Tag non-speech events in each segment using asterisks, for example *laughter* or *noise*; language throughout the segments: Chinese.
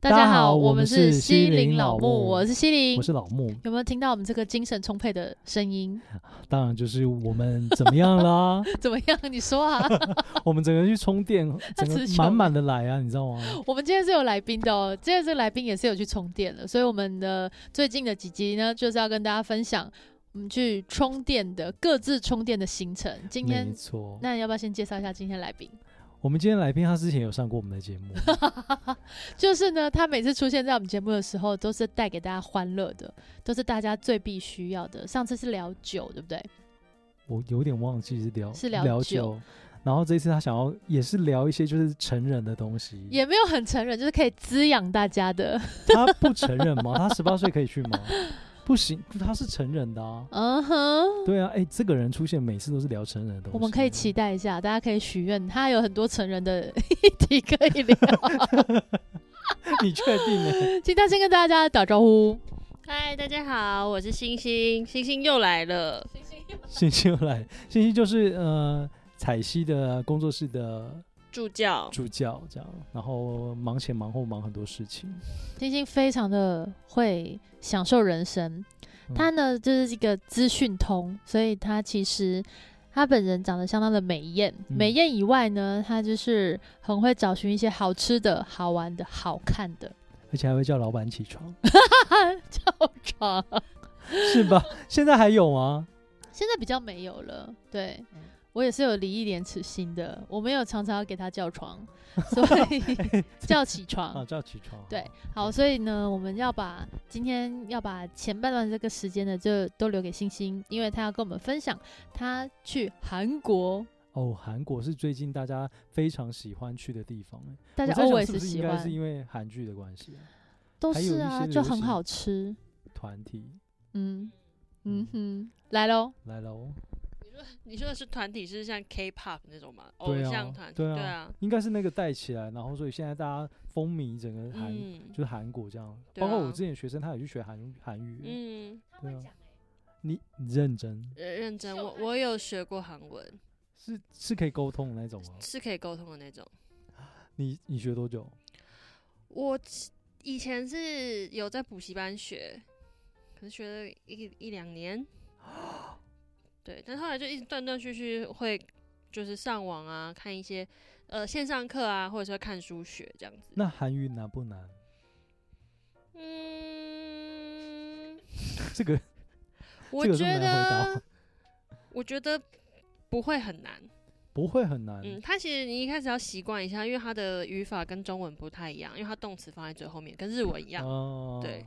大家大家好，好我我们们是是西西林林老老木，木我是西林我。是老木，有没有听到我们这个精神充沛的声 *laughs* 音？当然就是我们怎么样 *laughs* 啦？怎么样？你说 *laughs* 啊？我们整个去充电，整个词穷满满的来啊，你知道吗？我们今天是有来宾的哦，今天这个来宾也是有去充电的，所以我们的最近的几集呢，就是要跟大家分享我们去充电的各自充电的行程。今没天，错，那你要不要先介绍一下今天来宾？ *laughs* 我们今天来宾他之前有上过我们的节目，就是呢，他每次出现在我们节目的时候，都是带给大家欢乐的，都是大家最必须要的。上次是聊酒，对不对？我有点忘记是聊是聊酒酒，然后这一次他想要也是聊一些就是成人的东西，也没有很成人，就是可以滋养大家 *laughs* 的。他不承认吗？他十八岁可以去吗？不行，他是成人的啊。嗯哼，对啊，哎、这个人出现每次都是聊成人的东西，我们可以期待一下，大家可以许愿，他有很多成人的议题可以聊。你确定呢？ *laughs* 请他先跟大家打招 *laughs* 呼。嗨，大家好，我是星星，星星又来了。星星又来，星星就是呃彩西的工作室的助教，助教这样，然后忙前忙后忙很多事情，星星非常的会享受人生，嗯他呢就是一个资讯通，所以他其实他本人长得相当的美艳，嗯美艳以外呢，他就是很会找寻一些好吃的、好玩的、好看的。 *laughs* 而且还会叫老板起床， *laughs* 叫床是吧？现在还有吗？现在比较没有了，对。嗯我也是有礼义廉耻心的，我没有常常要给他叫 *laughs* 床，所以 *laughs* 叫起床啊，。叫起床。对，好，所以呢，我们要把今天要把前半段这个时间呢，就都留给星星，因为他要跟我们分享他去韩国，哦，韩国是最近大家非常喜欢去的地方。大哎家我在想 always 是不是喜应该欢，是因为韩剧的关系啊，都还有是一啊，些就流很行好吃，团体嗯嗯哼，来喽，来喽，你说的是团体是像 K-pop 那种吗？偶对啊像团体，对啊对啊，应该是那个带起来，然后所以现在大家风靡整个韩，嗯就是韩国这样。对包括啊我之前学生，他也去学韩韩语。哎嗯，对啊，你你认真呃认真，我我有学过韩文，是是可以沟通的那种吗？是可以沟通的那种。你你学多久？我以前是有在补习班学，可是学了一一 *gasps* 两年，对，但后来就一直断断续续会就是上网啊，看一些呃线上课啊，或者是会看书学这样子。那韩语难不难？ *laughs* *laughs* 嗯，这个我这个觉这么难回得答，我觉得不会 *laughs* 很难。不会很难。嗯，它其实你一开始要习惯一下，因为它的语法跟中文不太一样，因为它动词放在最后面，跟日文一样。哦对，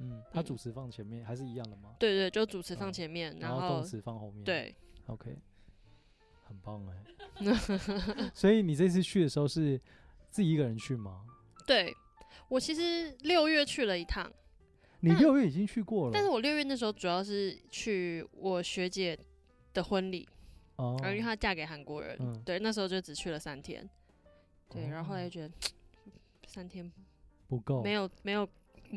嗯，它嗯主词放前面还是一样的吗？对对，就主词嗯放前面，然后后动词放后面。对， ，OK，很棒哎。 *laughs* 所以你这次去的时候是自己一个人去吗？对，我其实六月去了一趟，你但六月已经去过了，但是我六月那时候主要是去我学姐的婚礼，哦然后因为她嫁给韩国人，嗯对，那时候就只去了三天，对，然后后来哦就觉得三天不够，没有没有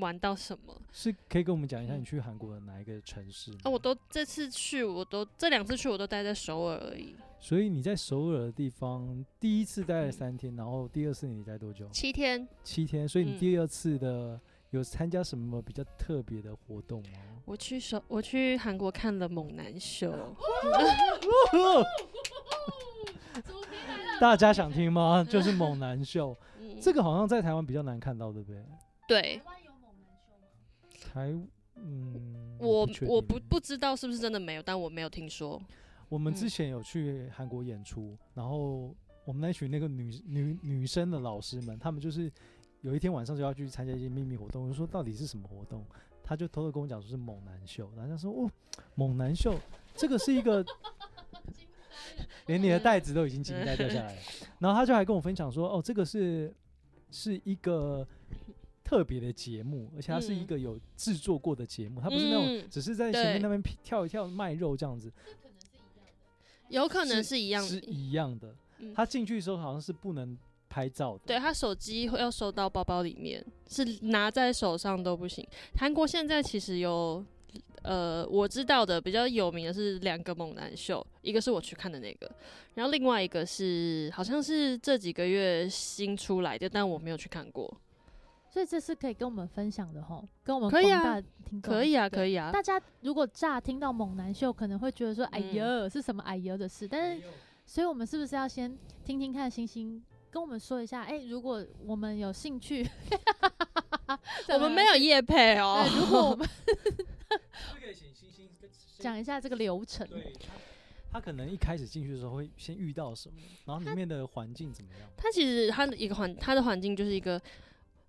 玩到什么，是可以跟我们讲一下你去韩国的哪一个城市吗？啊，嗯我都这次去我都这两次去我都待在首尔而已，所以你在首尔的地方第一次嗯待了三天，然后第二次你待多久？七天。七天。所以你嗯第二次的有参加什么比较特别的活动吗？我去首我去韩国看了《猛男秀》， *laughs* *laughs* 大家想听吗？ *laughs* 就是猛男秀，嗯这个好像在台湾比较难看到，对不对？对台，嗯，我不确我定不欸不知道是不是真的没有，但我没有听说。我们之嗯前有去韩国演出，然后我们那群那个女女女生的老师们，她们就是有一天晚上就要去参加一些秘密活动，我就说到底是什么活动，她就偷偷跟我讲说是猛男秀，然后她说哦，猛男秀这个是一个。连你的袋子都已经惊呆掉下 *laughs* 来了，然后她就还跟我分享说，哦，这个是是一个特别的节目，而且它是一嗯个有制作过的节目，它不是那种嗯只是在前面对那边跳一跳卖肉这样子，有可能是是一样是的，一样的。嗯他进去的时候好像是不能拍照的，对他手机会要收到包包里面，是拿在手上都不行。韩国现在其实有，呃，我知道的比较有名的是两个猛男秀，一个是我去看的那个，然后另外一个是好像是这几个月新出来的，但我没有去看过。所以这是可以跟我们分享的吼，跟我们可以广啊大听众可以啊，对可以啊。大家如果乍听到猛男秀，可能会觉得说：“哎嗯呀，是什么哎呀的事？”但是，所以我们是不是要先听听看星星跟我们说一下？哎、如果我们有兴 *laughs* 趣，我们 *laughs* 没有夜配哦哎。如果我们这个请星星跟讲一下这个流程，对他，他可能一开始进去的时候会先遇到什么，然后里面的环境怎么样？它其实它的一个环，它的环境就是一个，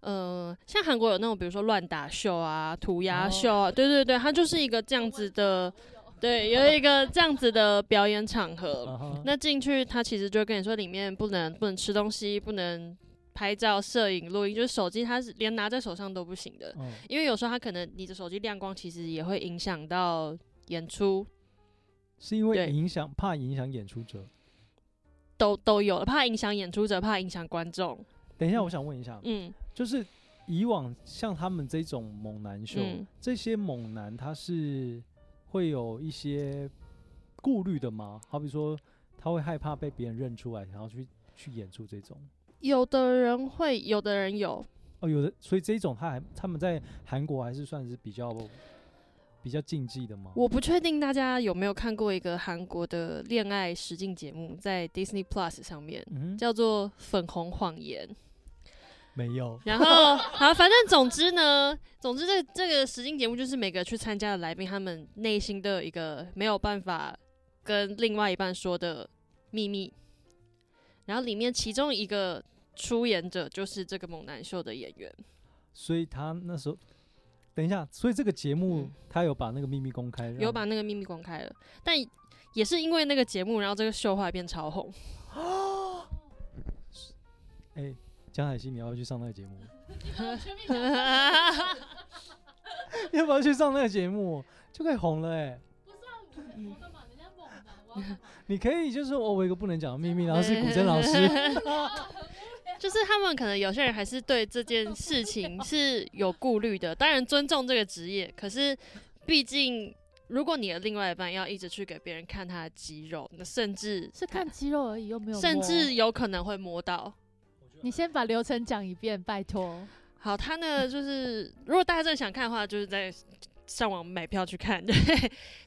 呃，像韩国有那种比如说乱打秀啊、涂鸦秀啊，对对对，它就是一个这样子的，对，有一个这样子的表演场合。啊哈呃那进去，它其实就会跟你说，里面不能不能吃东西，不能拍照、摄影、录音，就是手机它是连拿在手上都不行的，嗯，因为有时候它可能你的手机亮光，其实也会影响到演出，是因为对影响怕影响演出者。都都有了，怕影响演出者，怕影响观众，等一下，我想问一下，嗯。就是以往像他们这种猛男秀，嗯这些猛男他是会有一些顾虑的吗？好比说他会害怕被别人认出来，然后去去演出这种。有的人会，有的人有，哦，有的，所以这种他还他们在韩国还是算是比较比较禁忌的吗？我不确定大家有没有看过一个韩国的恋爱实境节目，在 Disney Plus 上面，嗯哼，叫做《粉红谎言》。没有，然后，好，反正总之呢，总之这个这个实境节目就是每个去参加的来宾，他们内心都有一个没有办法跟另外一半说的秘密。然后里面其中一个出演者就是这个猛男秀的演员，所以他那时候。等一下，所以这个节目嗯他有把那个秘密公开，有把那个秘密公开了，但也是因为那个节目，然后这个秀后来变超红。 *laughs* 哎、江海欣，你要不要去上那个节目？ *laughs* 你要不要去上那个节目？就可以红了哎、你可以就是说哦，我有一个不能讲的秘密，然后是古筝老师， *laughs* 就是他们可能有些人还是对这件 *laughs* 事情是有顾虑的，当然尊重这个职业，可是毕竟如果你的另外一半要一直去给别人看他的肌肉，那甚 *laughs* 至是看肌肉而已，又没有摸。甚至有可能会摸到。你先把流程讲一遍，拜托。好，*laughs* 他呢就是如果大家真的想看的话，就是在上网买票去看。 *laughs* 对，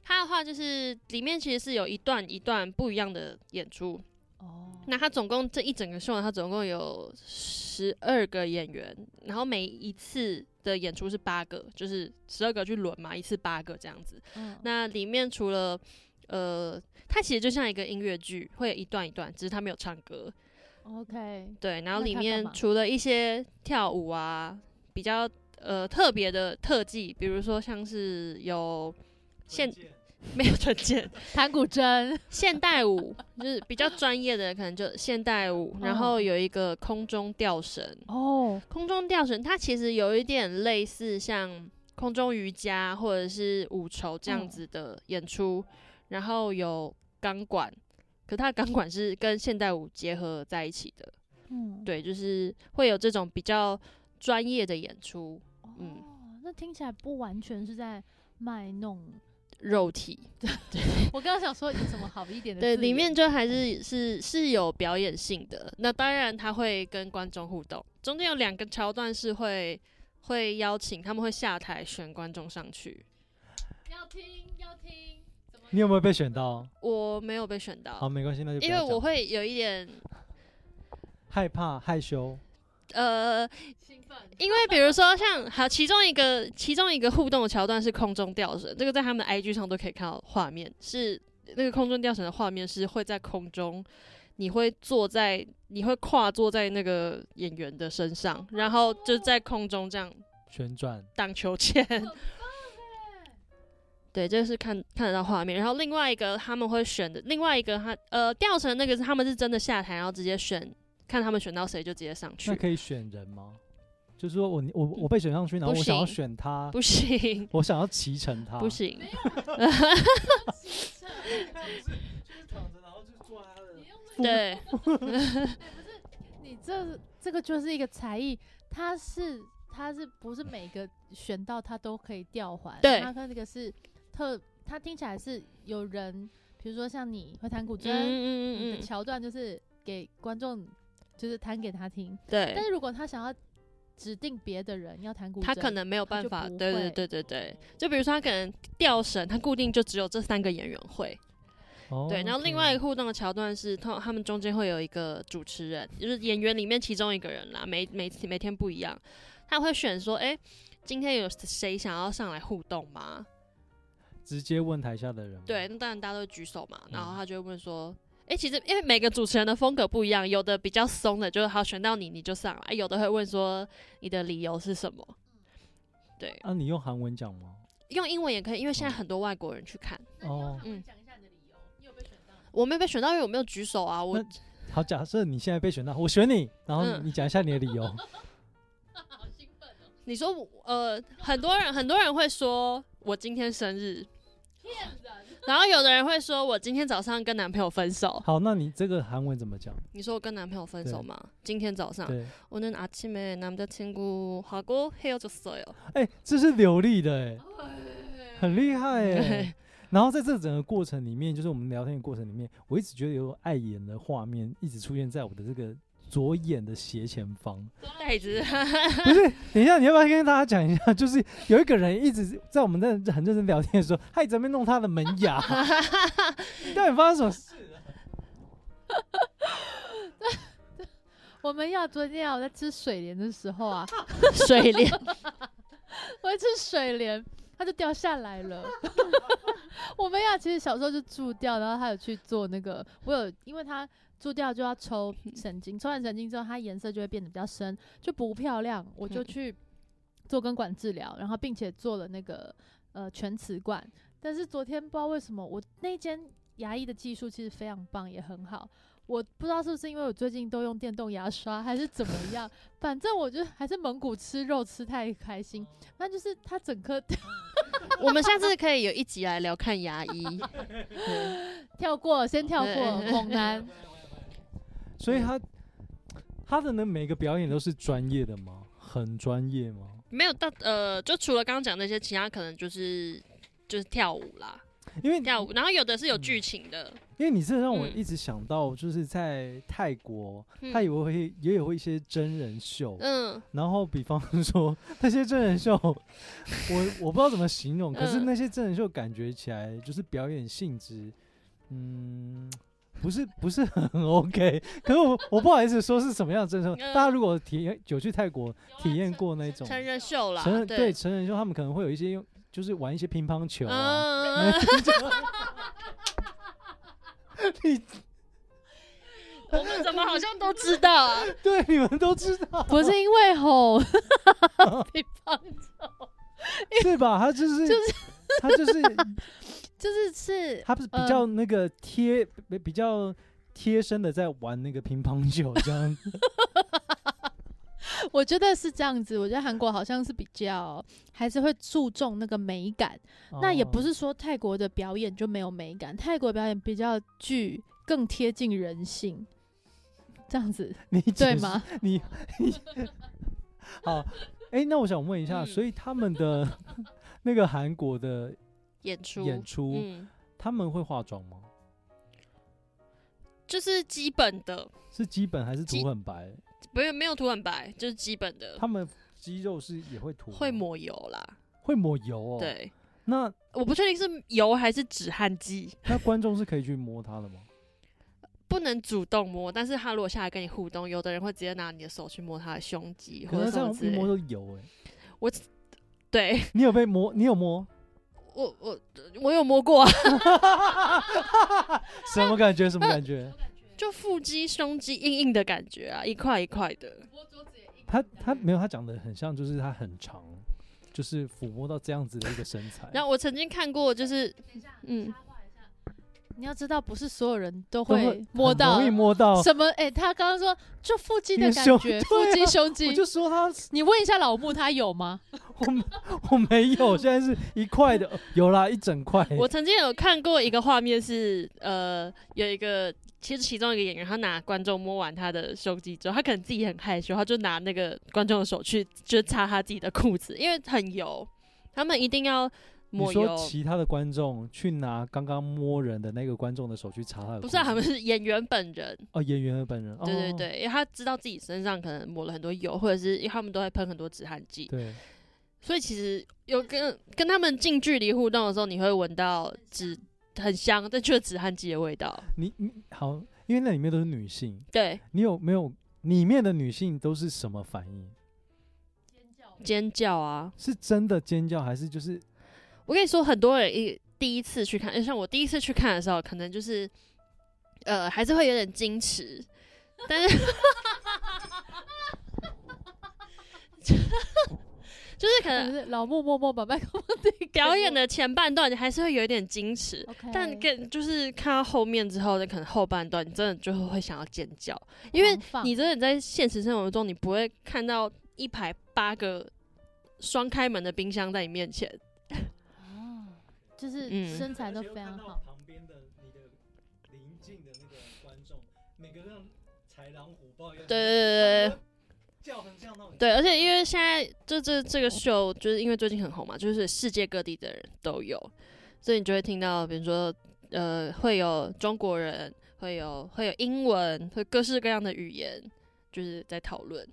他的话就是里面其实是有一段一段不一样的演出，哦， *laughs* 那他总共这一整个秀呢，他总共有十二个演员，然后每一次的演出是八个，就是十二个去轮嘛，一次八个这样子。嗯那里面除了呃，它其实就像一个音乐剧，会有一段一段，只是他没有唱歌。 OK，对，然后那里他干面嘛除了一些跳舞啊，比较呃特别的特技，比如说像是有现 *laughs* 没有推荐，弹古 *laughs* 筝，现代舞就是比较专业的，可能就现代舞，然后有一个空中吊绳。哦，空中吊绳它其实有一点类似像空中瑜伽或者是舞球这样嗯子的演出，然后有钢管，可它的钢管是跟现代舞结合在一起的。嗯，对，就是会有这种比较专业的演出，嗯哦，那听起来不完全是在卖弄。 *laughs* 肉体我刚刚想说有什么好一点的字对，眼？里面就还是是是有表演性的。那当然，他会跟观众互动，中间有两个桥段是会会邀请他们会下台选观众上去。要听要听，你有没有被选到？我没有被选好，到，没关系，那就不因为要我讲会有一点害怕害羞，呃，兴奋。 *laughs* 因为比如说像好，其中一个其中一个互动的桥段是空中吊绳，这个在他们的 IG 上都可以看到画面，是那个空中吊绳的画面是会在空中，你会坐在你会跨坐在那个演员的身上，然后就在空中这样旋转荡秋千。 *laughs* 对，这个是看看得到画面。然后另外一个他们会选的，另外一个他呃吊绳那个是他们是真的下台，然后直接选，看他们选到谁就直接上那去。可以选人吗？就是说我我我被选上去，然后不我想要行选他，不行，我想要骑乘他，不行。躺着然后就坐他的，对，嗯你这这个就是一个才艺，它是它是不是每个选到它都可以吊环？对它跟那个是特，它听起来是有人，比如说像你会弹古筝，你嗯嗯嗯的嗯，桥段就是给观众就是弹给他听，对但。是如果他想要指定别的人要弹古筝，他可能没有办法，他就不对对会对对对，就比如说他可能吊绳，他固定就只有这三个演员会，哦对。然后另外一个互动的桥段是，他他们中间会有一个主持人，就是演员里面其中一个人啦，每每次每天不一样，他会选说，哎、今天有谁想要上来互动吗？直接问台下的人吗，对，那当然大家都会举手嘛，然嗯后他就会问说。哎、其实因为每个主持人的风格不一样，有的比较松的，就是好选到你你就上来；啊有的会问说你的理由是什么。对，啊，你用韩文讲吗？用英文也可以，因为现在哦很多外国人去看。哦，嗯，我没有被选到，因为我没有举手啊。我那好，假设你现在被选到，我选你，然后嗯你讲一下你的 *laughs* 理由。你说我呃，很多人很多人会说我今天生日，然后有的人会说我今天早上跟男朋友分手。好，那你这个韩文怎么讲？你说我跟男朋友分手对吗？今天早上对， 오늘아침에남자친구하고헤어졌어요。哎、这是流利的、哎，很厉害、哎。然后在这整个过程里面，就是我们聊天的过程里面，我一直觉得有碍眼的画面一直出现在我的这个左眼的斜前方。袋子，等一下，你要不要跟大家讲一下？ *laughs* 就是有一个人一直在我们在很认真聊天的时候，他一直在那边弄他的门牙，到底发生什么事？我们要昨天啊，我在吃水莲的时候啊， *laughs* 水莲，我一吃水莲，它就掉下来了。 *laughs* 我们呀，其实小时候就蛀掉，然后他有去做那个，我有，因为它蛀掉就要抽神经，抽完神经之后，它颜色就会变得比较深，就不漂亮。我就嗯去做根管治疗，然后并且做了那个呃全瓷冠。但是昨天不知道为什么，我那间牙医的技术其实非常棒，也很好。我不知道是不是因为我最近都用电动牙刷，还是怎么样，反正我就还是蒙古吃肉吃太开心，那就是它整颗 *laughs* *laughs* 我们下次可以有一集来聊看牙医。跳过，先跳过对猛男，所以他他的呢每个表演都是专业的吗？很专业吗？ *laughs* 没有到呃，就除了刚刚讲那些，其他可能就是就是跳舞啦，因为跳舞，然后有的是有剧情的，因为你这让我嗯一直想到，就是在泰国，嗯他也会也有一些真人秀，嗯， *laughs* 然后比方说那些真人秀，我我不知道怎么形容，可是嗯那些真人秀感觉起来就是表演性质，嗯，不是不是很 OK。可 *laughs* 是我我不好意思说是什么样的真人秀，嗯大家如果体验有去泰国 *laughs* 体验过那种成人秀啦，成人对对，成人秀，他们可能会有一些用就是玩一些乒乓球啊， *laughs* 嗯，你我们怎么好像都知道啊？对你们都知道 *laughs* 不是因为吼 *laughs* 乒乓，是吧？他就是就他就是就是是他不是比较嗯那个贴、比比较贴身的在玩那个乒乓球这样 *laughs* 子，我觉得是这样子，我觉得韩国好像是比较还是会注重那个美感。那也不哦是说泰国的表演就没有美感，泰国表演比较具更贴近人性，这样子你对哦解释吗？你你好，哎、那我想问一下，嗯所以他们 *laughs* 的那个韩国的演出，演出，嗯，他们会化妆吗？就是基本的，是基本还是基涂很白？不是没有涂很白，就是基本的，他们肌肉是也会涂吗，会抹油啦，会抹油哦。，对。那我不确定是油还是止汗剂，那观众是可以去摸它 *laughs* 的吗？不能主动摸。但是他如果下来跟你互动，有的人会直接拿你的手去摸他的胸肌或可者是这什样么欸之一摸类的。都油哎、对 *laughs* 你有被摸？你有摸？我我我有摸过啊，什么感觉？什么感觉？就腹肌、胸肌硬硬的感觉啊，一块一块的。哎他他没有，他讲的很像，就是他很长，就是抚摸到这样子的一个身材。然后我曾经看过，就是嗯，你要知道，不是所有人都都会摸很到容易摸到。什么。哎、他刚刚说就腹肌的你的感胸觉，对腹肌、啊胸我肌。就说他，你问一下老木，他有吗？我没我没有，现在是一块的，有啦，一整块。我曾经有看过一个画面是，呃，有一个其实其中一个演员，他拿观众摸完他的胸肌之后，他可能自己很害羞，他就拿那个观众的手去就擦他自己的裤子，因为很油，他们一定要。你抹说油，其他的观众去拿刚刚摸人的那个观众的手去查他的不裤是子，啊，他们是演员本人。哦，演员的本人，对对哦对，因为他知道自己身上可能抹了很多油，或者是因为他们都会喷很多止汗剂，对，所以其实有跟跟他们近距离互动的时候，你会闻到止很香，但就是止汗剂的味道。你你好，因为那里面都是女性，对，你有没有里面的女性都是什么反应？尖叫啊！是真的尖叫还是就是我跟你说，很多人一第一次去看，像我第一次去看的时候，可能就是呃还是会有点矜持，但 *laughs* 是 *laughs* 就是可可能是老木默默把麦克风递给 *laughs* 表演我的前半段你还是会有一点矜持， *laughs* ，OK，但跟就是看到后面之后，你可能后半段你真的就会想要尖叫，因为狂放你真的在现实生活中你不会看到一排八个双开门的冰箱在你面前。哦就是嗯身材都非常好。旁边的你的邻近的那个观众，每个像豺狼虎豹一样，对对对对 *laughs* 叫成这样，那对，而且因为现在这这这个秀，就是因为最近很红嘛，就是世界各地的人都有，所以你就会听到，比如说呃，会有中国人，会有会有英文，会各式各样的语言，就是在讨论，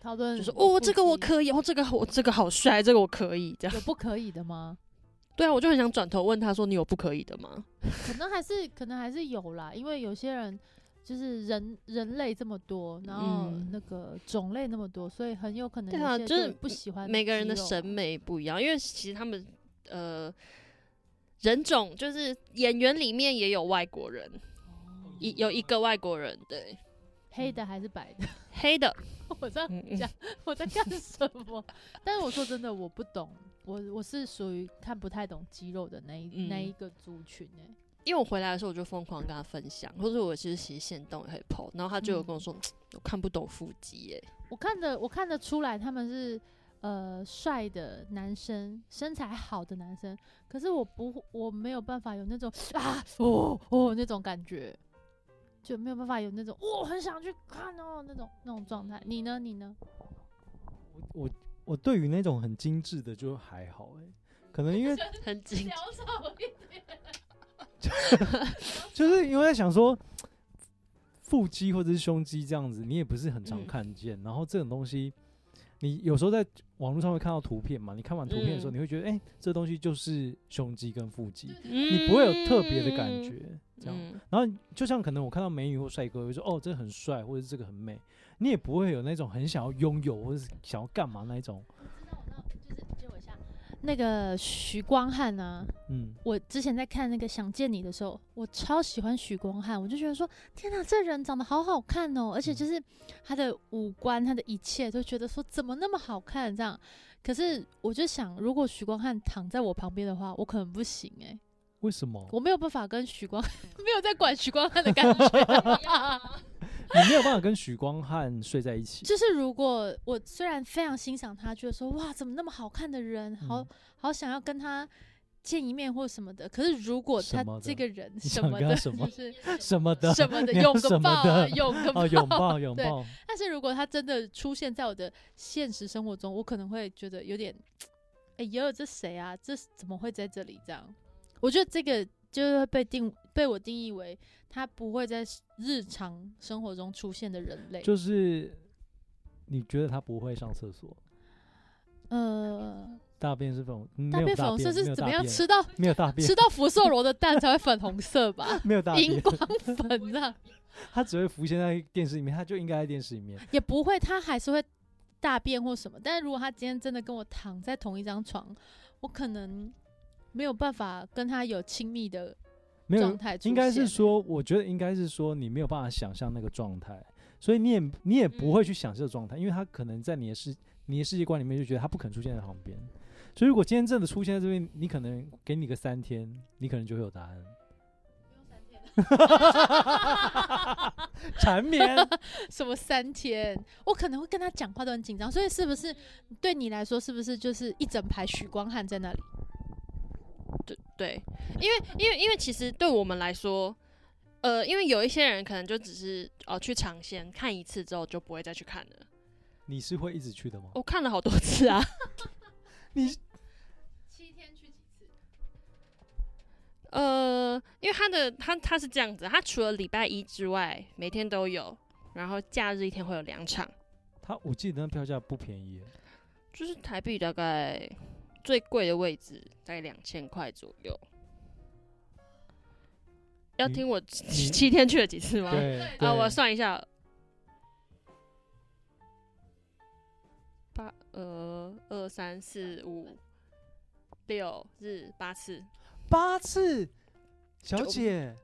讨论就说哦，腹这个我肌可以，哦，这个我这个好帅，这个我可以，这样。有不可以的吗？ *laughs* 对啊，我就很想转头问他说：“你有不可以的吗可能还是可能还是有啦，因为有些人就是人人类这么多，然后嗯那个种类那么多，所以很有可能对有啊些就是不喜？”欢每个人的肌肉啊审美不一样，因为其实他们呃人种就是演员里面也有外国人，哦一有一个外国人，对，黑的还是白的， *laughs* 黑的，我这样嗯嗯讲我在干什么？但是我说真的，我不懂，我我是属于看不太懂肌肉的那一、那嗯一个族群哎、因为我回来的时候我就疯狂跟他分享，或者我其实其实现动也会 PO，然后他就有跟我说：“嗯我看不懂腹肌耶、我看得我看得出来他们是呃帅的男生，身材好的男生，可是我不会我没有办法有那种啊哦哦那种感觉，就没有办法有那种我、哦、很想去看哦那种那种状态。你呢？你呢？我我我对于那种很精致的就还好哎、可能因为很紧。就是因为在想说，腹肌或者是胸肌这样子，你也不是很常嗯看见。然后这种东西，你有时候在网络上会看到图片嘛，你看完图片的时候，嗯你会觉得，哎、这东西就是胸肌跟腹肌，嗯你不会有特别的感觉。这样，嗯然后就像可能我看到美女或帅哥，我会说哦，这很帅，或者这个很美，你也不会有那种很想要拥有或者是想要干嘛那一种。那个许光汉啊呢、嗯，我之前在看那个《想见你》的时候，我超喜欢许光汉，我就觉得说，天哪，这人长得好好看哦，而且嗯就是他的五官，他的一切都觉得说怎么那么好看这样。可是我就想，如果许光汉躺在我旁边的话，我可能不行诶、为什么我没有办法跟许光， *laughs* 没有在管许光汉的感 *laughs* 觉。你没有办法跟许光汉睡在一 *laughs* 起？就是如果我虽然非常欣赏他，觉得说哇，怎么那么好看的人，好、嗯好想要跟他见一面或什么的。可是如果什他么的这个人你什想么跟的，他什么就是什么的？什么的你要拥个什么抱啊，的拥个哦，拥抱，拥对抱。 *laughs* 但是如果他真的出现在我的现实生活中，我可能会觉得有点，哎呦，这谁啊？这是怎么会在这里？这样，我觉得这个就是会被定被我定义为他不会在日常生活中出现的人类。就是你觉得他不会上厕所，呃，大便是粉红，嗯大没有便大粉红色便没是有怎大么样便吃到 *laughs* 没有大便？吃，到福寿螺的蛋才会粉红色吧没有 *laughs* 大荧便，光粉啊这样他只会浮现在电视里面，他就应该在电视里面。也不会，他还是会大便或什么。但是如果他今天真的跟我躺在同一张床，我可能没有办法跟他有亲密的没状有，态出现。应该是说，我觉得应该是说你没有办法想象那个状态，所以你也你也不嗯会去想这个状态，因为他可能在你的世你的世界观里面就觉得他不可能出现在旁边。所以如果今天真的出现在这边，你可能给你个三天，你可能就会有答案。缠绵，什么三天，我可能会跟他讲话都很紧张。所以是不是对你来说，是不是就是一整排许光汉在那里？对，因为因为因为其实对我们来说，呃，因为有一些人可能就只是哦去尝鲜看一次之后就不会再去看了。你是会一直去的吗？ *laughs* 我看了好多次啊，你七天去几次？呃，因为他的他他是这样子，他除了礼拜一之外，每天都有，然后假日一天会有两场，它我记得那票价不便宜耶，就是台币大概最贵的位置大概两千块左右。要你听我七七天去了几次吗？对对啊，我算一下，八呃二三四五六日八次，八次，小就姐，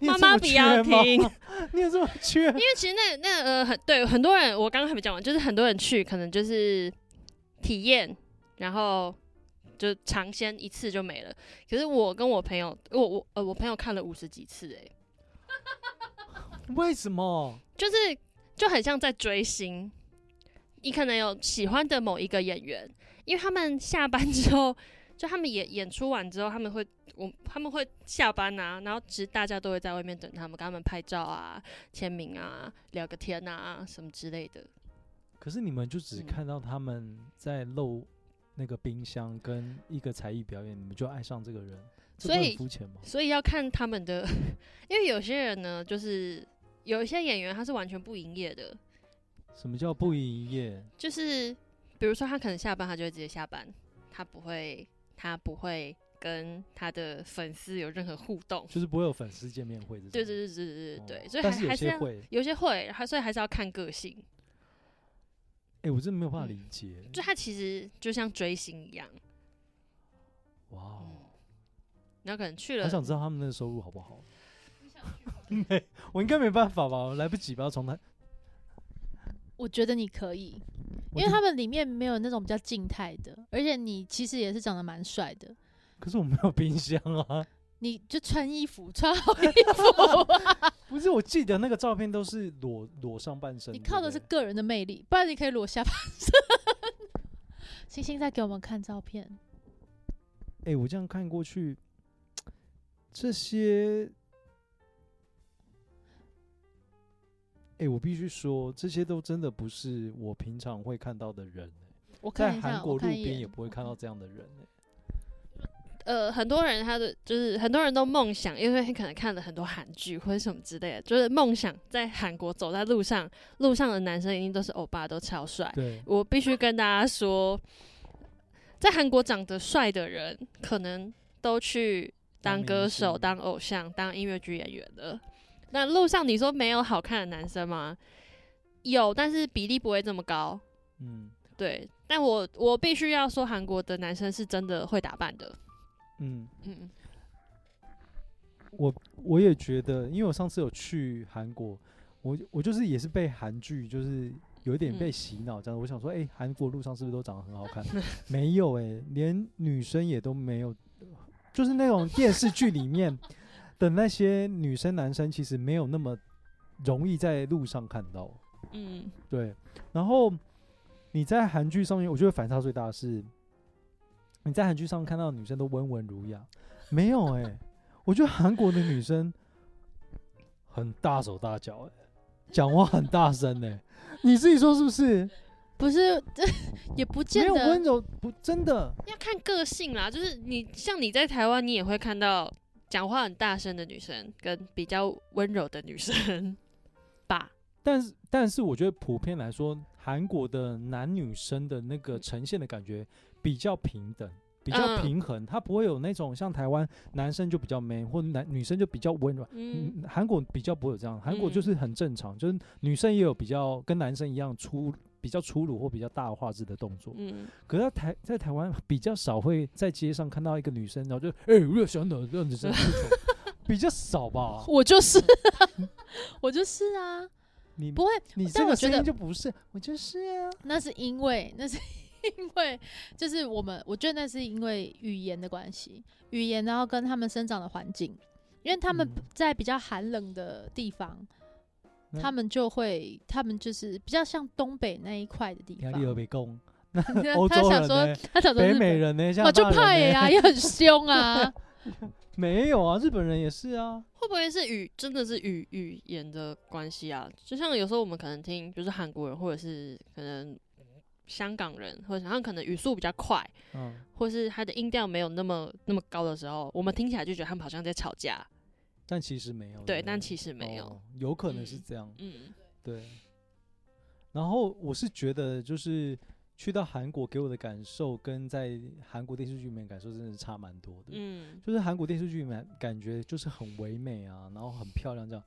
你有妈这妈么不缺要吗听，因 *laughs* 你有这么缺？ *laughs* 为其实那那呃很对很多人，我刚刚还没讲完，就是很多人去可能就是体验，然后就尝鲜一次就没了。可是我跟我朋友，我我呃我朋友看了五十几次、欸，为什么？就是就很像在追星。你可能有喜欢的某一个演员，因为他们下班之后，就他们演演出完之后，他们会我他们会下班啊，然后其实大家都会在外面等他们，跟他们拍照啊、签名啊、聊个天啊什么之类的。可是你们就只嗯看到他们在露那个冰箱跟一个才艺表演，你们就爱上这个人，这不所很以肤浅吗？所以要看他们的， *laughs* 因为有些人呢，就是有一些演员他是完全不营业的，什么叫不营业？就是比如说他可能下班，他就会直接下班，他不会，他不会跟他的粉丝有任何互动。就是不会有粉丝见面会这种。对对对对对对对，嗯哦所以还但是有还是些要会，嗯有些会，还所以还是要看个性。哎，我真的没有办法嗯理解。就他其实就像追星一样，哇哦，然后可能去了好，想知道他们的收入好不好？ *laughs* 没，我应该没办法吧，我来不及吧，从他，我觉得你可以，我因为就他，们里面没有那种比较静态的，而且你其实也是长得蛮帅的，可是我没有冰箱啊。你就穿衣服穿好衣服、 *laughs* 不是，我记得那个照片都是裸裸上半身。你靠的对是不对个人的魅力，不然你可以裸下半身。 *laughs* 星星在给我们看照片，哎、我这样看过去，这些，哎、我必须说，这些都真的不是我平常会看到的人欸、我看在一韩下，国我路看一边眼，也不会我看到这样的人、欸。呃，很多人他的就是很多人都梦想，因为可能看了很多韩剧或者什么之类的，就是梦想在韩国走在路上，路上的男生一定都是欧巴，都超帅。对，我必须跟大家说，在韩国长得帅的人，可能都去当歌手、当当偶像、当音乐剧演员了。那路上你说没有好看的男生吗？有，但是比例不会这么高。嗯对，但我我必须要说，韩国的男生是真的会打扮的。嗯，嗯，我我也觉得，因为我上次有去韩国，我我就是也是被韩剧就是。有一点被嗯洗脑，这样、我想说，哎、韩国路上是不是都长得很好看？没有哎、连女生也都没有，就是那种电视剧里面的那些女生男生，其实没有那么容易在路上看到。嗯，对，然后你在韩剧上面，我觉得反差最大的是，你在韩剧上面看到的女生都温文儒雅，没有哎、我觉得韩国的女生很大手大脚哎、讲话很大声哎、你自己说是不是？不是，这 *laughs* 也不没见有温得。柔，不真的，要看个性啦。就是你像你在台湾，你也会看到讲话很大声的女生跟比较温柔的女生吧。但是但是我觉得普遍来说，韩国的男女生的那个呈现的感觉比较平等。比较嗯平衡，它不会有那种像台湾男生就比较 man，或男女生就比较温柔。嗯，嗯，韩国比较不会有这样，韩国就嗯是很正常，就是女生也有比较跟男生一样粗、比较粗鲁或比较大画质的动作。嗯，可是在台在台湾比较少会在街上看到一个女生，然后就哎、欸，我也想等这样子这种，比较少 *laughs* 吧？我就是， *laughs* 我就是啊，你不会，你但这我个觉声音得就不是，我就是啊。那是因为，那是因为，就是我们，我觉得那是因为语言的关系，语言，然后跟他们生长的环境，因为他们嗯在比较寒冷的地方，那他们就会，他们就是比较像东北那一块的地压方。力而北共， *laughs* 欧他洲想人说呢，、他想说北日美本人呢、欸像哦，就怕怕 *laughs* 也啊，也很凶啊。没有啊，日本人也是啊。会不会是语真的是语语言的关系啊？就像有时候我们可能听，就是韩国人或者是可能香港人，或者他们可能语速比较快，嗯，或是他的音调没有那么那么高的时候，我们听起来就觉得他们好像在吵架。但其实没有。对，不但其实没有。哦有可能是嗯这样。嗯，对。然后我是觉得，就是去到韩国给我的感受，跟在韩国电视剧里面感受真的是差蛮多的。嗯，就是韩国电视剧里面感觉就是很唯美啊，然后很漂亮这样。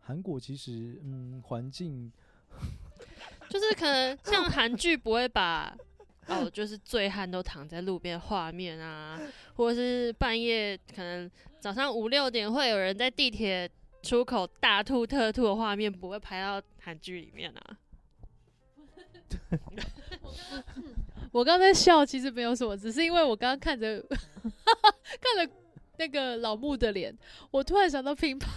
韩国其实，嗯，环境就是可 *laughs* 能像韩剧不会把哦，就是醉汉都躺在路边画面啊，或者是半夜可能早上五六点会有人在地铁出口大吐特吐的画面，不会拍到韩剧里面啊。我刚才笑其实没有什么，只是因为我刚刚看着 *laughs* 看着那个老木的脸，我突然想到 *laughs* 乒乓。 *laughs*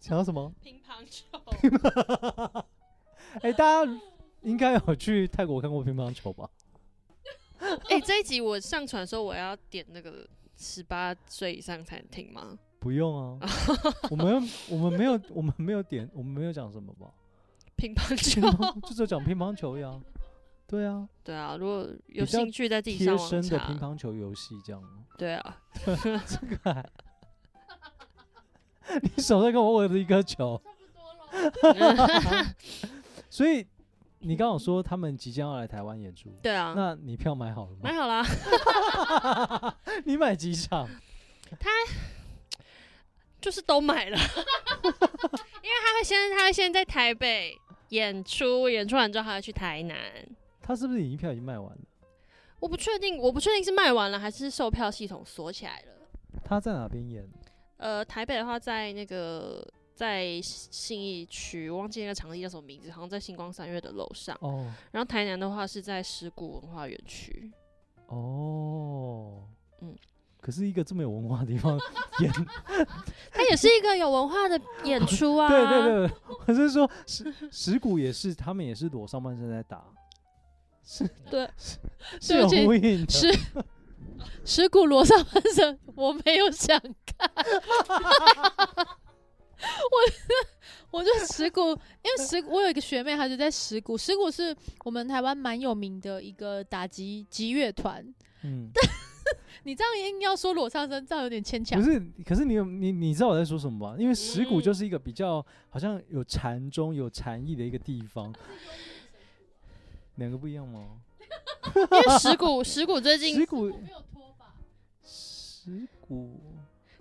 想要什么？乒乓球， *laughs* 哎、大家应该有去泰国看过乒乓球吧？哎、这一集我上传说我要点那个十八岁以上才能听吗？不用 *laughs* 啊，我们我们没有我们没有点我们没有讲什么 *laughs* 吧？乒乓乒球，乓就只有讲乒乓球呀，对啊，对啊，如果有比较兴趣在自己贴上网身的查乒，乓球游戏这样。对 *laughs* 啊，这个还，你手上跟我握着一颗球，所以你刚好说他们即将要来台湾演出，对啊，那你票买好了买吗？好啦。 *laughs* 你买几场？就是都买了， *laughs* 因为他会先他会先在台北演出，演出完之后还要去台南。他是不是已经票已经卖完了？我不确定，我不确定是卖完了还是售票系统锁起来了。他在哪边演？呃，台北的话，在那个在信义区，忘记那个场地叫什么名字，好像在星光三月的楼上。哦然后台南的话是在石鼓文化园 *laughs* 区，哦，嗯可是一个这么有文化的地方演，它也是一个有文化的演出啊。 *laughs* 对对对，对我是说石石鼓也是，他们也是裸上半身在打，是对，是有不起呼应的。是石鼓罗上半身，我没有想看， *laughs* 我我 *laughs* 就石鼓，因为石鼓我有一个学妹，她就在石鼓，石鼓是我们台湾蛮有名的一个打击击乐团。嗯，你这样硬要说裸上身，这样有点牵强不。是，可是你有你你知道我在说什么吗？因为石鼓就嗯是一个比较好像有禅宗有禅意的一个地方，两个不一样吗？因为石鼓石鼓最近石鼓石鼓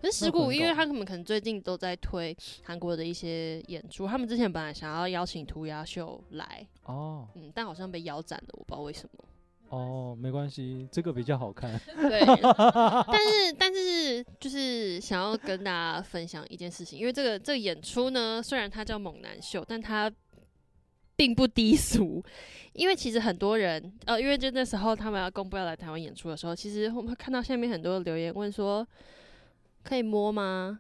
可是石那我鼓，很因为懂他们可能最近都在推韩国的一些演出，他们之前本来想要邀请涂鸦秀来，哦嗯，但好像被腰斩了，我不知道为什么。哦，没关系，这个比较好 *laughs* 看。对，但是但是就是想要跟大家分享一件事情，因为这个这个演出呢，虽然它叫猛男秀，但它并不低俗，因为其实很多人呃，因为就那时候他们要公布要来台湾演出的时候，其实我们看到下面很多留言问说，可以摸吗？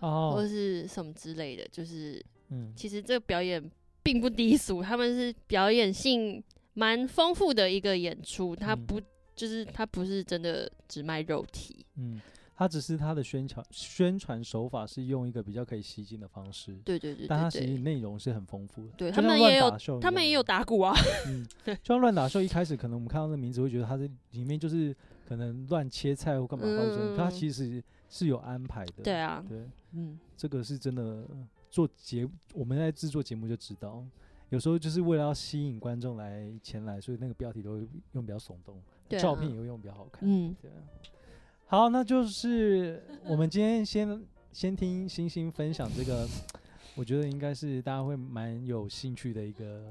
或哦者，是什么之类的，就是嗯，其实这个表演并不低俗，他们是表演性蛮丰富的一个演出，它嗯不、就是它不是真的只卖肉体，嗯，他只是他的宣传宣传手法是用一个比较可以吸睛的方式，对对对但他对其实对。内容是很丰富的。对就他像们乱也有打秀一他们样也有打鼓啊，嗯， *laughs* 就像乱打秀一开始，可能我们看到那名字会觉得它是里面就是可能乱切菜或干嘛放松，嗯可它其实是有安排的。对啊，对嗯，这个是真的呃做节，我们在制作节目就知道，有时候就是为了要吸引观众来前来，所以那个标题都会用比较耸动，对啊照片也会用比较好看。嗯，对啊，好，那就是我们今天先先听星星分享这个，我觉得应该是大家会蛮有兴趣的一个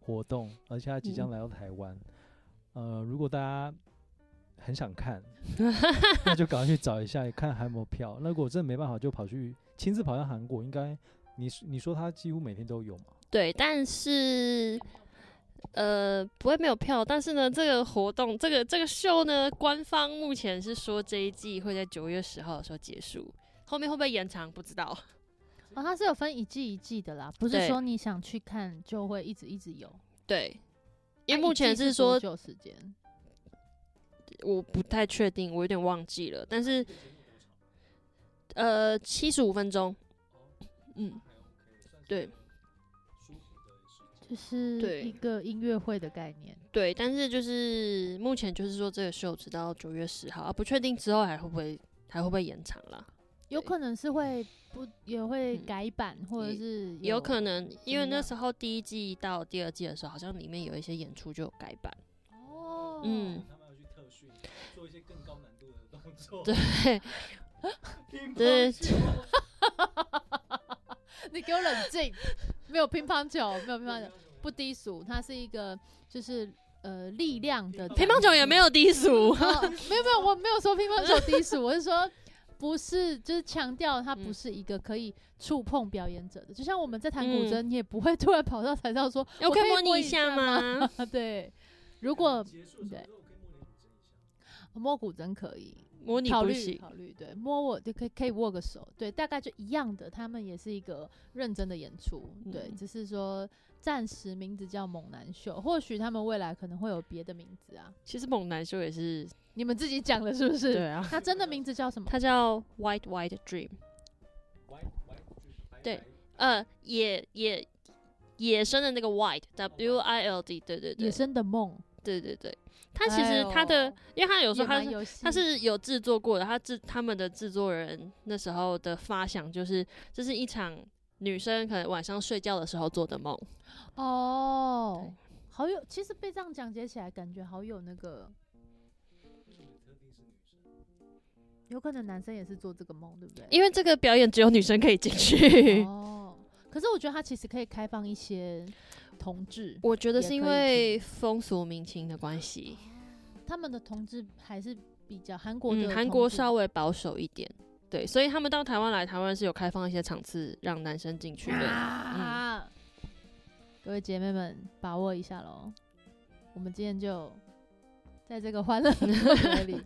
活动，而且它即将嗯来到台湾。呃，如果大家很想 *laughs* 看，那就赶快去找一下，看还有没有票。那如果真的没办法，就跑去亲自跑到韩国，应该你你说他几乎每天都有嘛？对，但是呃不会没有票，但是呢，这个活动这个这个秀呢，官方目前是说这一季会在九月十号的时候结束，后面会不会延长不知道。 *laughs* 啊，它是有分一季一季的啦，不是对说你想去看就会一直一直有。对，因啊它为一目前季是是说多久时间？我不太确定，我有点忘记了，但是呃，七十五分钟，嗯，对，就是对一个音乐会的概念。对，但是就是目前就是说这个秀直到九月十号，啊不确定之后还会不会还会不会延长啦，有对可能是会不也会嗯改版，或者也是有可能因为么那样时候第一季到第二季的时候，好像里面有一些演出就有改版，哦，嗯，他们要去特训，做一些更高难度的动作。对， *laughs* 乒乓对球，你给我冷静， *laughs* 没有乒乓球，没有乒乓球，不低俗，它是一个就是呃力量的乒乓球也没有低 *laughs* 俗，哦没有没有，我没有说乒乓球低俗，我是说不是，就是强调它不嗯是一个可以触碰表演者的，就像我们在弹古嗯筝，你也不会突然跑到台上说我我可可以以摸摸你你一一下下吗？啊，对，如果结束的时候对我可以摸你的整一下摸古筝可以，摸你考不虑行，考虑，对，摸我就可以可以握个手，对，大概就一样的，他们也是一个认真的演出，对，嗯只是说暂时名字叫猛男秀，或许他们未来可能会有别的名字啊，其实猛男秀也 *laughs* 是，你们自己讲的是不是？啊，他真的名字叫什么？它叫 White White Dream，歪歪就是白对白呃，野野野生的那个 White 哦 W I L D，对对野对，生的梦，对对对，它其实它的，哎呦因为它有时候野它蛮是游戏它是有制作过的，它制他们的制作人那时候的发想就是，这是一场女生可能晚上睡觉的时候做的梦，哦对，好有，其实被这样讲解起来，感觉好有那个，有可能男生也是做这个梦，对不对？因为这个表演只有女生可以进去。 *laughs* 哦，可是我觉得它其实可以开放一些同志，我觉得也是因可以为风俗民情的关系，他们的同志还是比较韩国的嗯，同韩国志稍微保守一点，对，所以他们到台湾来，台湾是有开放一些场次让男生进去的。啊各位姐妹们，把握一下喽！我们今天就在这个欢乐的氛围 *laughs* 里，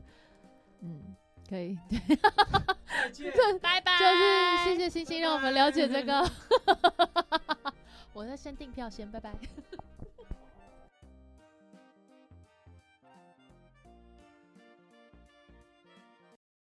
嗯，可以，*laughs* 再见。拜拜就是谢 *laughs* 谢 *laughs* 星星让我们了解这个。我要先订票先，拜拜。